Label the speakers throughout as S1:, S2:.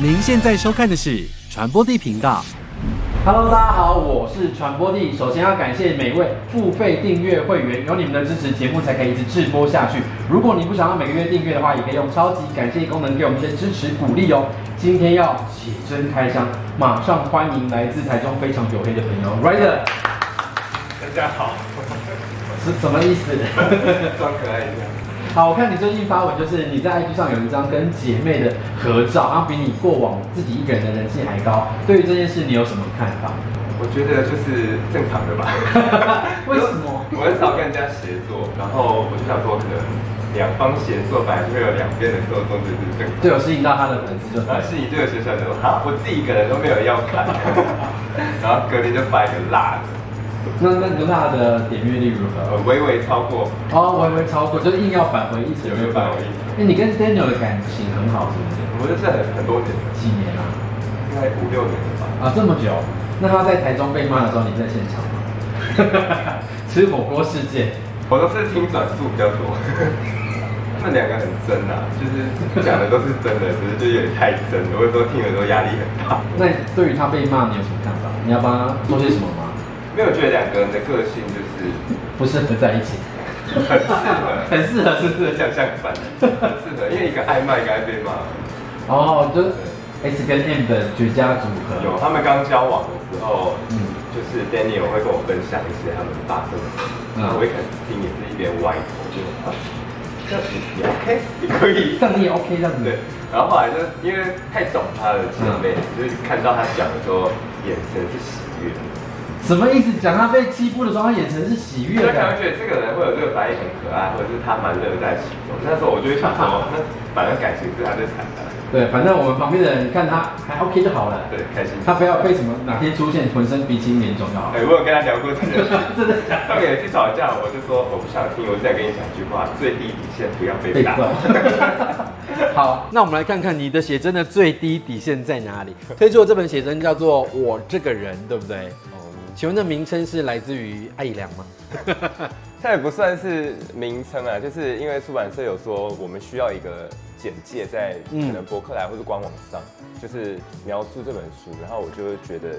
S1: 您现在收看的是传播地频道。
S2: Hello，大家好，我是传播帝。首先要感谢每位付费订阅会员，有你们的支持，节目才可以一直直播下去。如果你不想要每个月订阅的话，也可以用超级感谢功能给我们一些支持鼓励哦。今天要起真开箱，马上欢迎来自台中非常黝黑的朋友 Rider，
S3: 大家好，
S2: 是什么意思？
S3: 装可爱一下。
S2: 好，我看你最近发文，就是你在 IG 上有一张跟姐妹的合照，然后比你过往自己一个人的人气还高。对于这件事，你有什么看法？。
S3: 我觉得就是正常的吧
S2: 为什么
S3: 我很少跟人家协作，然后我就想说，可能两方协作本来就会有两边的受众，就是正常。
S2: 对，有吸引到他的粉丝就对
S3: 然
S2: 了
S3: 后。是你这个学生的话，我自己一个人都没有要看，然后隔天就发一个辣的，
S2: 那那刘娜的点阅率如
S3: 呃
S2: 何？，
S3: 微微超过。
S2: 哦，我以为超过，就是硬要返回一直没有返回。哎，你跟 Daniel 的感情很好，是不是？
S3: 我们认识很很多年了，
S2: 几年啊？
S3: 应该五六年了吧。
S2: 啊，这么久？那他在台中被骂的时候，你在现场吗？ 吃火锅事件，
S3: 我都是听转述比较多。 他们两个很真啊，就是讲的都是真的，只是就有点太真了，我有时候听的时候压力很大。
S2: 那对于他被骂，你有什么看法？你要帮他做些什么吗？
S3: 没有觉得两个人的个性就是
S2: 不适合在一起，，
S3: 很适合
S2: 很适合，是不是？
S3: 相相反，很适合，因为一个爱骂，一个爱被骂。
S2: 哦，就是 S 跟 M 的绝佳组合。
S3: 有他们刚交往的时候，
S2: 嗯
S3: 嗯，就是 Daniel 会跟我分享一些他们发生的事，
S2: 嗯
S3: 然后我一开始听也是一边歪头，就啊，这样子也 OK，也可以
S2: 这。样你也 OK 这样子
S3: 对，，然后后来就因为太懂他的姐妹，
S2: 嗯
S3: 就是看到他讲的时候，眼神是喜悦的，
S2: 什么意思？讲他被欺负的时候，他眼神是喜悦
S3: 就
S2: 的
S3: 可。能觉得这个人会有这个反应很可爱，或者是他蛮乐在其中。那时候我就会 想说，那反正感情是他在谈的，
S2: 对，反正我们旁边的人看他还 OK 就好了，
S3: 对，开心。
S2: 他不要被什么哪天出现浑身鼻青脸肿就好
S3: 哎、
S2: 了。，
S3: 我有跟他聊过这个
S2: 真的假
S3: 他们有一次吵架，我就说我不想听，我只想跟你讲一句话：最低底线不要被
S2: 被
S3: 打。
S2: 揍。好，
S4: 那我们来看看你的写真的最低底线在哪里。推出的这本写真叫做《我这个人》，对不对？
S2: 哦
S4: 请问那名称是来自于艾怡良吗？
S3: 它也不算是名称啊，就是因为出版社有说我们需要一个简介在可
S4: 嗯
S3: 能博客来或是官网上，就是描述这本书，然后我就觉得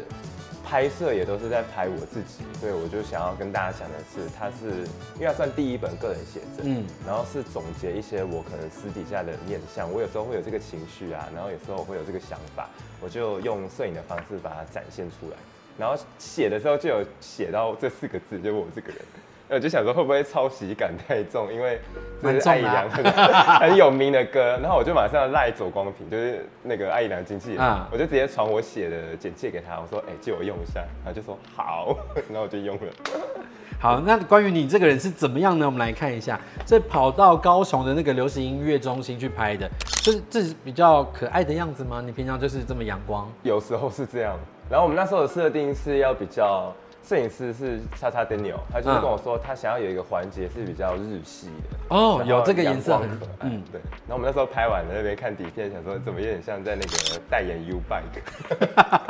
S3: 拍摄也都是在拍我自己，所以我就想要跟大家讲的是，它是因为它算第一本个人写
S4: 嗯
S3: 真，嗯，然后是总结一些我可能私底下的面相，我有时候会有这个情绪啊，然后有时候我会有这个想法，我就用摄影的方式把它展现出来。然后写的时候就有写到这四个字，就我这个人，那我就想说会不会抄袭感太重，因为这是艾怡良很很有名的 歌，然后我就马上赖左光平，就是那个艾怡良经纪人，
S4: 啊
S3: 我就直接传我写的简介给他，我说哎、借我用一下，然后就说好， 然后我就用了。
S4: 好，那关于你这个人是怎么样呢？我们来看一下，这跑到高雄的那个流行音乐中心去拍的，这这是比较可爱的样子吗？你平常就是这么阳光？
S3: 有时候是这样。然后我们那时候的设定是要比较，摄影师是叉叉 Daniel，他就是跟我说他想要有一个环节是比较日系的。
S4: 哦
S3: 然，后
S4: 有这个颜色
S3: 阳光
S4: 很
S3: 可爱，
S4: 嗯
S3: 嗯，，对。然后我们那时候拍完在那边看底片，想说怎么有点像在那个代言 U Bike。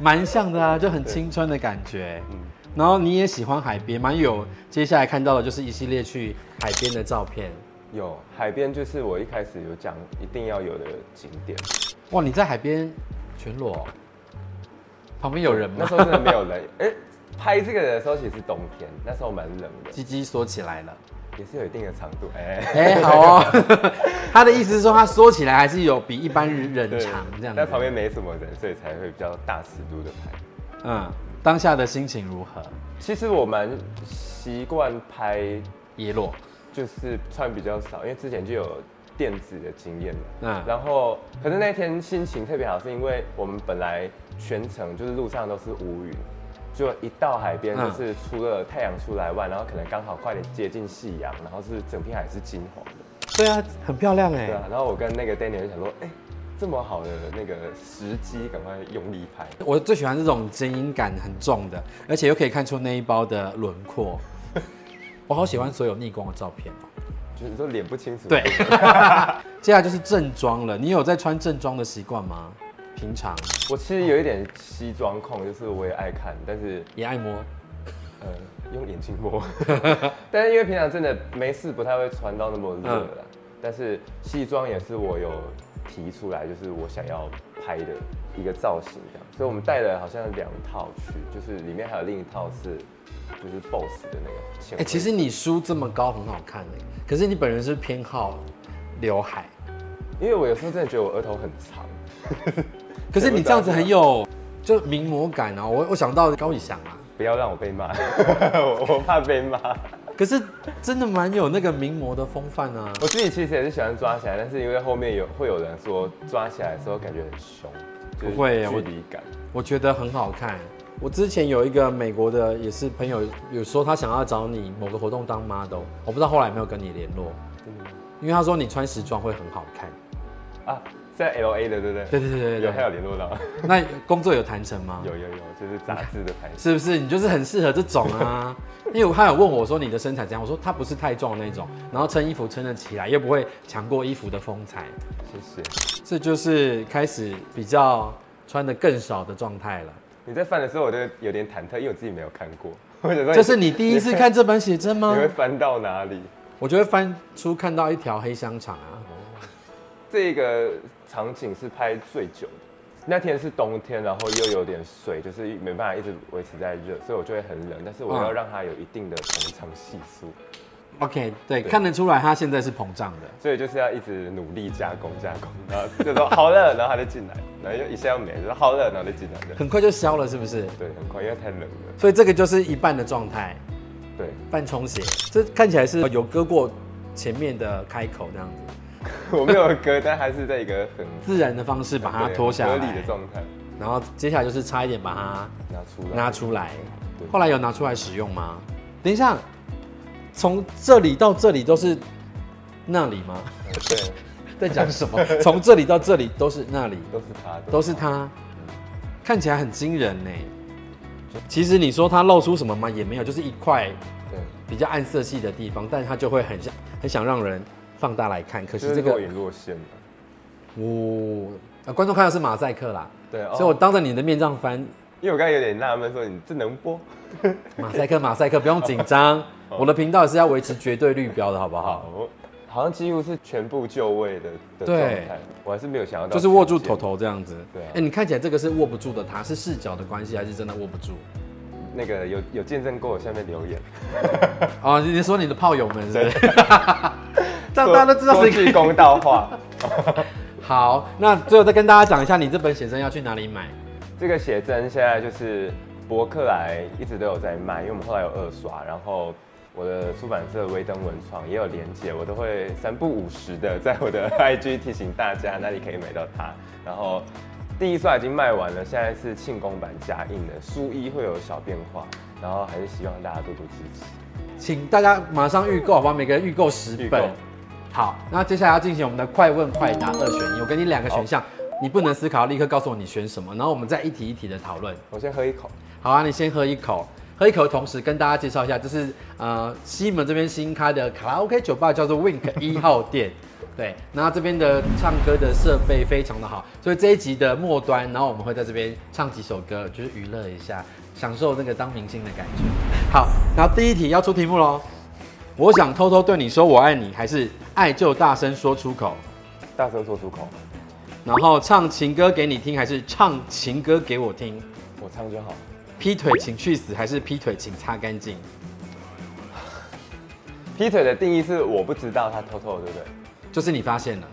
S4: 蛮像的啊，就很青春的感觉。
S3: 嗯
S4: 然后你也喜欢海边，蛮有。接下来看到的就是一系列去海边的照片。
S3: 有海边就是我一开始有讲一定要有的景点，
S4: 哇，你在海边全裸哦，旁边有人
S3: 那
S4: 吗
S3: 时？候真的没有人。哎、拍这个的时候其实是冬天，那时候蛮冷的，
S4: 鸡鸡缩起来了。
S3: 也是有一定的长度。哎、
S4: 哎、好哦。他的意思是说，他缩起来还是有比一般人
S3: 对
S4: 长这样子。
S3: 但旁边没什么人，所以才会比较大尺度的拍。
S4: 嗯，当下的心情如何？
S3: 其实我蛮习惯拍，
S4: 耶落。
S3: 就是穿比较少，因为之前就有电子的经验了。
S4: 嗯
S3: 然后可是那天心情特别好，是因为我们本来全程就是路上都是乌云，就一到海边
S4: 嗯
S3: 就是除了太阳出来外，然后可能刚好快点接近夕阳，然后是整片海是金黄的。
S4: 对啊，很漂亮哎、
S3: 对啊，然后我跟那个 Daniel 就想说，哎、这么好的那个时机，赶快用力拍。
S4: 我最喜欢这种真音感很重的，而且又可以看出那一包的轮廓。我好喜欢所有逆光的照片哦。
S3: 就是你说脸不清楚，
S4: 对，接下来就是正装了。你有在穿正装的习惯吗？平常
S3: 我其实有一点西装控，就是我也爱看，但是
S4: 也爱摸。
S3: 呃，用眼睛摸， 但是因为平常真的没事，不太会穿
S4: 嗯
S3: 到那么热啦。但是西装也是我有提出来，就是我想要拍的一个造型这样，所以我们带了好像两套去，就是里面还有另一套是就是 BOSS 的那个
S4: 哎、
S3: 前卫。
S4: 其实你梳这么高很好看哎、可是你本人是偏好刘海，
S3: 因为我有时候真的觉得我额头很长，
S4: 可是你这样子很有就名模感啊。我我想到高以翔啊，
S3: 不要让我被 骂，我我怕被骂。
S4: 可是真的蛮有那个名模的风范啊。
S3: 我自己其实也是喜欢抓起来，但是因为后面有会有人说抓起来的时候感觉很凶，就是
S4: 不会啊耶我
S3: 距离感。
S4: 我觉得很好看。我之前有一个美国的，也是朋友有说他想要找你某个活动当 model，我不知道后来有没有跟你联络，因为他说你穿时装会很好看。
S3: 啊，在 L A 的对不对？
S4: 对对对对对
S3: 有还有联络到，
S4: 那工作有谈成吗？
S3: 有有有，就是杂志的拍摄。
S4: 是不是你就是很适合这种 啊？因为他有问我说你的身材怎样，我说他不是太壮那种，然后撑衣服撑得起来，又不会抢过衣服的风采，
S3: 谢谢。
S4: 这就是开始比较穿的更少的状态了。
S3: 你在翻的时候，我就有点忐忑，因为我自己没有看过。 我想说，
S4: 这是你第一次看这本写真
S3: 你
S4: 吗？
S3: 会翻到哪里？
S4: 我就会翻出看到一条黑香肠啊，
S3: 这个场景是拍最久的。那天是冬天，然后又有点水，就是没办法一直维持在热，所以我就会很冷。但是我
S4: 嗯
S3: 要让它有一定的膨胀系数，
S4: OK，对，看得出来他现在是膨胀的。
S3: 所以就是要一直努力加工加工。然后就说好了，然后它就进来，然后又一下又没了，就说好了，然后就进来了。
S4: 很快就消了，是不是？
S3: 对，很快，因为太冷了。
S4: 所以这个就是一半的状态，
S3: 对，
S4: 半充血。这看起来是有割过前面的开口这样子，
S3: 我没有割，但还是在一个很
S4: 自然的方式把它脱下
S3: 合理的
S4: 来，
S3: 状态
S4: 然后接下来就是差一点把它
S3: 拿出来。
S4: 拿出来
S3: 对。
S4: 后来有拿出来使用吗？等一下，从这里到这里都是那里吗？
S3: 对，
S4: 在讲什 么？从这里到这里都是那里。
S3: 都是它，
S4: 都是他，看起来很惊人呢。其实你说他露出什么吗？也没有，就是一块
S3: 对，
S4: 比较暗色系的地方，但他就会很想很想让人放大来看。可
S3: 就是是
S4: 这个
S3: 若，隐若现的。
S4: 呜、啊，观众看到是马赛克啦，
S3: 对，
S4: 所以我
S3: 哦、
S4: 当着你的面这样翻
S3: 因为我刚才有点纳闷，说你这能播？
S4: 马赛克，马赛克，不用紧 张，
S3: 哦
S4: 我的频道也是要维持绝对绿标的，好不好？
S3: 好，好像几乎是全部就位的的状
S4: 对
S3: 态，我还是没有想要到，
S4: 就是握住头，头这样子。
S3: 对啊
S4: 哎、你看起来这个是握不住的他，是视角的关系，还是真的握不住？
S3: 那个有有见证过我下面留言，
S4: 哦，你你说你的炮友们是 不是？这样大家都知道
S3: 说
S4: 谁
S3: 句公道话。
S4: 好，那最后再跟大家讲一下，你这本写真要去哪里买？
S3: 这个写真现在就是博客来一直都有在卖，因为我们后来有二刷，然后我的出版社微登文创也有连接，我都会三不五时的在我的 IG 提醒大家哪里可以买到它。然后第一刷已经卖完了，现在是庆功版加印的，书衣会有小变化，然后还是希望大家多多支持。
S4: 请大家马上预购，好吧？每个人预购十
S3: 预
S4: 本
S3: 购。
S4: 好，那接下来要进行我们的快问快答二选一，我给你两个选项，你不能思考，立刻告诉我你选什么，然后我们再一题一题的讨论。
S3: 我先喝一口，
S4: 好啊，你先喝一口，喝一口，同时跟大家介绍一下，这是呃西门这边新开的卡拉 OK 酒吧，叫做 Wink 一号店。对，那这边的唱歌的设备非常的好，所以这一集的末端，然后我们会在这边唱几首歌，就是娱乐一下，享受那个当明星的感觉。好，然后第一题要出题目喽。我想偷偷对你说我爱你，还是爱就大声说出口，
S3: 大声说出口，
S4: 然后唱情歌给你听，还是唱情歌给我听？
S3: 我唱就好。
S4: 劈腿请去死，还是劈腿请擦干净？
S3: 劈腿的定义是我不知道他偷偷的，对不对？
S4: 就是你发现了，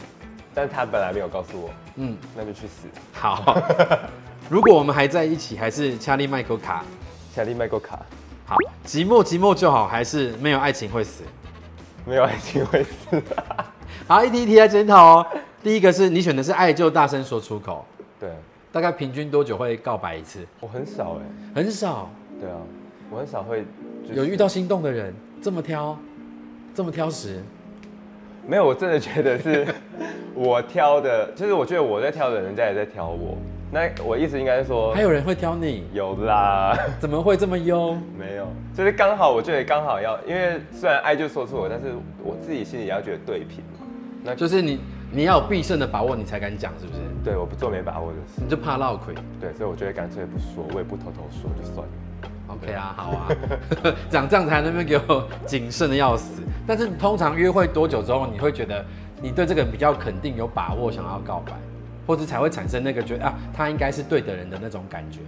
S3: 但是他本来没有告诉我，
S4: 嗯，
S3: 那就去死。
S4: 好。 如果我们还在一起，还是掐力麦克卡，
S3: 小弟卖过卡。
S4: 好，寂寞寂寞就好，还是没有爱情会死。
S3: 没有爱情 会死。
S4: 好，一题一题来检讨哦。第一个是你选的是爱就大声说出口，
S3: 对，
S4: 大概平均多久会告白一次？
S3: 我很少哎、
S4: 很少，
S3: 对啊，我很少会、就是
S4: 有遇到心动的人这么挑，这么挑食，
S3: 没有？我真的觉 得是我挑的，就是我觉得我在挑人，人家也在挑我。那我意思应该是说
S4: 还有人会挑你，
S3: 有啦，
S4: 怎么会这么优？
S3: 没有，就是刚好我觉得刚好要，因为虽然爱就说出我，但是我自己心里也要觉得对平。那就
S4: 就是你你要有必胜的把握，你才敢讲，是不是？
S3: 对我不做没把握的事，
S4: 你就怕落亏。
S3: 对，所以我就会干脆不说，我也不偷偷说就算了。
S4: OK 啊，好啊， 长这样子还在那边给我谨慎的要死。但是通常约会多久之后，你会觉得你对这个比较肯定有把握，想要告白？或者才会产生那个觉得啊，他应该是对的人的那种感觉。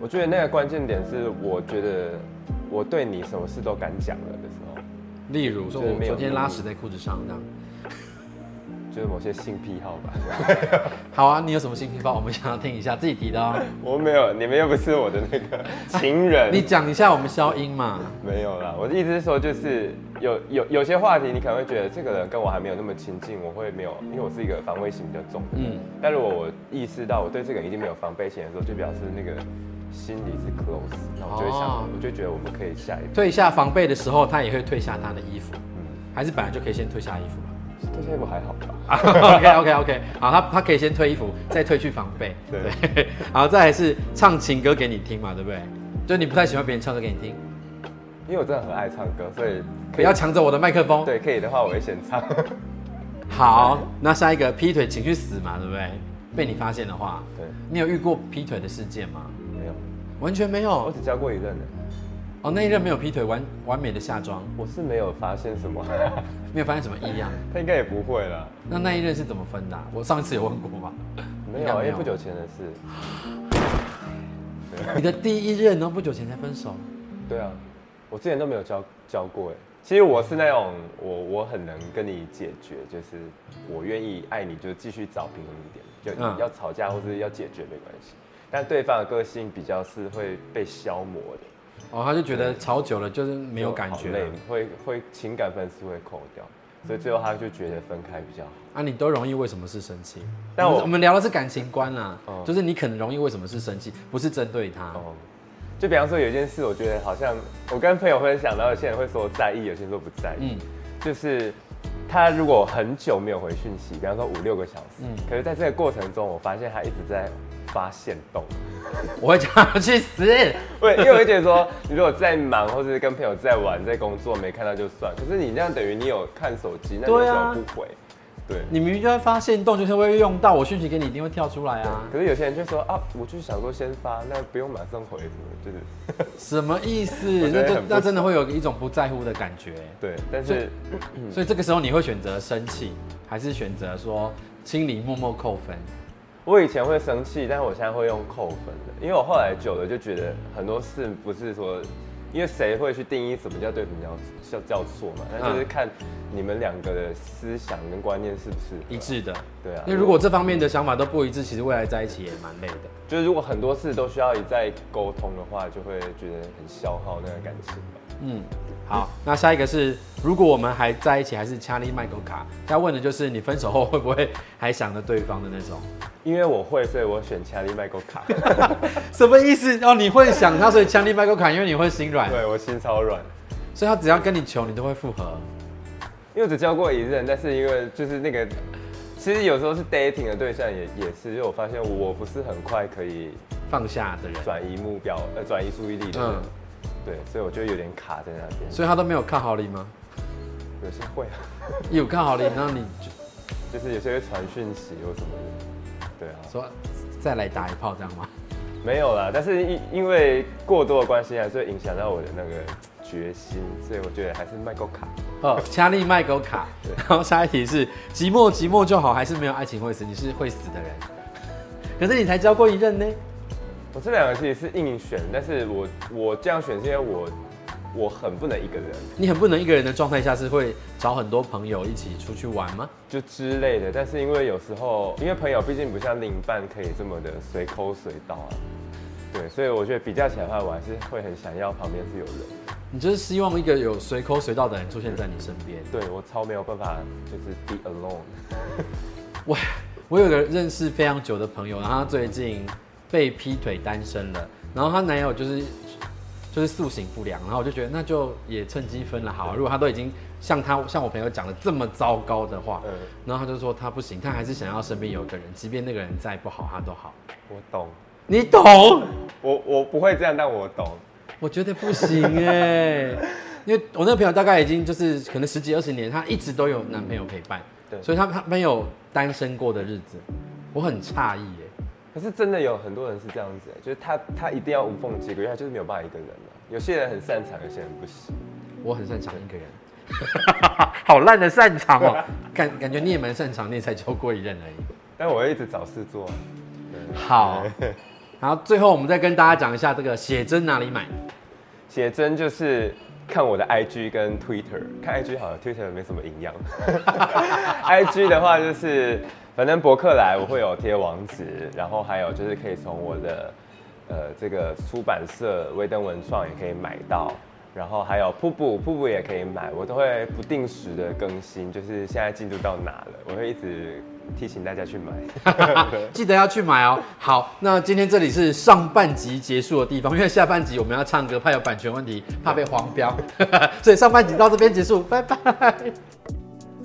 S3: 我觉得那个关键点是，我觉得我对你什么事都敢讲了的时候，
S4: 例如说，
S3: 就是
S4: 我
S3: 没有
S4: 昨天
S3: 那么
S4: 拉屎在裤子上这样。
S3: 就是某些性癖好吧。
S4: 好啊，你有什么性癖好？我们想要听一下自己提的哦。
S3: 我没有，你们又不是我的那个情人。
S4: 你讲一下我们消音嘛。
S3: 没有啦，我的意思是说，就是有有有些话题，你可能会觉得这个人跟我还没有那么亲近，我会没有，因为我是一个防卫心比较重的人。
S4: 嗯
S3: 但如果我意识到我对这个人已经没有防备心的时候，就表示那个心里是 close，那我就会想，
S4: 哦
S3: 我就觉得我们可以下一步。
S4: 退下防备的时候，他也会退下他的衣服，
S3: 嗯，
S4: 还是本来就可以先退下衣服了。
S3: 这些不还好吧？
S4: OK OK OK，好，他他可以先退衣服，再退去防备。
S3: 对
S4: 对，好，再来是唱情歌给你听嘛，对不对？就你不太喜欢别人唱歌给你听，
S3: 因为我真的很爱唱歌，所以
S4: 不要抢走我的麦克风。，
S3: 对可以的话，我会先唱。
S4: 好，那下一个劈腿，请去死嘛，对不对？被你发现的话，
S3: 对，
S4: 你有遇过劈腿的事件吗？
S3: 没有，
S4: 完全没有
S3: 我。只交过一任的，
S4: 哦，那一任没有劈腿，完完美的下妆，
S3: 我是没有发现什么，
S4: 没有发现什么异样。
S3: 他应该也不会啦。
S4: 那那一任是怎么分的啊、我上一次有问过吗？
S3: 没
S4: 应该
S3: 有，啊
S4: 没
S3: 因为
S4: 有
S3: 不久前的事。
S4: 你的第一任，然后不久前才分手，
S3: 对啊，我之前都没有教教过哎。其实我是那种我我很能跟你解决，就是我愿意爱你，就继续找平衡一点，就
S4: 嗯
S3: 要吵架或是要解决没关系。但对方的个性比较是会被消磨的，
S4: 哦，他就觉得吵久了就是没有感觉啊
S3: 就好累哦
S4: 了。
S3: 会会情感分数会扣掉，所以最后他就觉得分开比较好。
S4: 啊，你都容易为什么事生气？
S3: 但
S4: 我们
S3: 嗯我
S4: 我们聊的是感情观啦，
S3: 哦
S4: 就是你可能容易为什么事生气，不是针对他。
S3: 哦，就比方说有一件事，我觉得好像我跟朋友分享，然后有些人会说在意，有些人说不在意。
S4: 嗯
S3: 就是他如果很久没有回讯息，比方说五六个小时，
S4: 嗯
S3: 可是在这个过程中，我发现他一直在发现动，
S4: 我会叫他去死。
S3: 对，因为我会觉得说，你如果在忙或者是跟朋友在玩、在工作没看到就算，可是你这样等于你有看手机，那你为
S4: 对
S3: 什
S4: 啊
S3: 么不回？对。
S4: 你明明就在发现动，就是会用到我讯息给你，一定会跳出来啊。
S3: 可是有些人就说啊，我就想说先发，那不用马上回，就是
S4: 什么意思？
S3: 我觉
S4: 那
S3: 得
S4: 就
S3: 很不
S4: 那真的会有一种不在乎的感觉。
S3: 对，但
S4: 所以
S3: 是
S4: 所以这个时候你会选择生气，还是选择说心里默默扣分？
S3: 我以前会生气，但是我现在会用扣分的，因为我后来久了就觉得很多事不是说，因为谁会去定义什么叫对，什么叫叫叫错嘛？那就是看你们两个的思想跟观念是不是
S4: 一致的。
S3: 对啊
S4: 因为如果这方面的想法都不一致，其实未来在一起也蛮累的。
S3: 就是如果很多事都需要一再沟通的话，就会觉得很消耗那个感情吧。
S4: 嗯，好，那下一个是，如果我们还在一起，还是掐力麦克卡，要问的就是你分手后会不会还想着对方的那种？
S3: 因为我会，所以我选强力麦克卡，
S4: 什么意思？哦，你会想他，所以掐力麦克卡，因为你会心软，
S3: 对我心超软。
S4: 所以他只要跟你求，你都会复合。
S3: 因为我只交过一任，但是因为就是那个，其实有时候是 dating 的对象也也是，就我发现我不是很快可以
S4: 放下的人，
S3: 转移目标，呃，转移注意力的人，
S4: 嗯
S3: 对，所以我就有点卡在那边。
S4: 所以他都没有看好你吗？
S3: 有些会啊，
S4: 有看好你，然后你就
S3: 就是有些会传讯息或什么的，对啊，
S4: 说再来打一炮这样吗？
S3: 没有啦，但是因因为过多的关系，还是会影响到我的那个决心，所以我觉得还是麦克卡。
S4: 哦，掐力麦克卡。然后下一题是寂寞寂寞就好，还是没有爱情会死？你是会死 的人，可是你才交过一任呢。
S3: 我这两个其实是硬选，但是我我这样选是因为我我很不能一个人，
S4: 你很不能一个人的状态下是会找很多朋友一起出去玩吗？
S3: 就之类的，但是因为有时候，因为朋友毕竟不像另一半可以这么的随抠随到啊，对，所以我觉得比较起来的话，我还是会很想要旁边是有人。
S4: 你就是希望一个有随口随到的人出现在你身边。
S3: 对我超没有办法，就是 be alone。
S4: 我我有个认识非常久的朋友，然后他最近被劈腿单身了，然后她男友就是就是塑形不良，然后我就觉得那就也趁机分了好啊、如果他都已经像他像我朋友讲的这么糟糕的话，
S3: 嗯
S4: 然后他就说他不行，他还是想要身边有个人，即便那个人再不好，他都好。
S3: 我懂，
S4: 你懂？
S3: 我我不会这样，但我懂。
S4: 我觉得不行哎、因为我那个朋友大概已经就是可能十几二十年，她一直都有男朋友陪伴，
S3: 对
S4: 所以她她没有单身过的日子，我很诧异哎。
S3: 可是真的有很多人是这样子、欸就是他他一定要无缝接轨，因为他就是没有办法一个人啊。有些人很擅长，有些人不行。
S4: 我很擅长一个人， 好烂的擅长哦。感感觉你也蛮擅长，你也才交过一任而已。
S3: 但我会一直找事做啊。
S4: 好，然后最后我们再跟大家讲一下这个写真哪里买。
S3: 写真就是看我的 IG 跟 Twitter，看 IG 好像 Twitter 没什么营养。IG 的话就是，反正博客来我会有贴网址，然后还有就是可以从我的呃这个出版社微登文创也可以买到。然后还有瀑布，瀑布也可以买，我都会不定时的更新，就是现在进度到哪了，我会一直提醒大家去买。
S4: 记得要去买哦。好，那今天这里是上半集结束的地方，因为下半集我们要唱歌，怕有版权问题，怕被黄标， 所以上半集到这边结束，拜拜。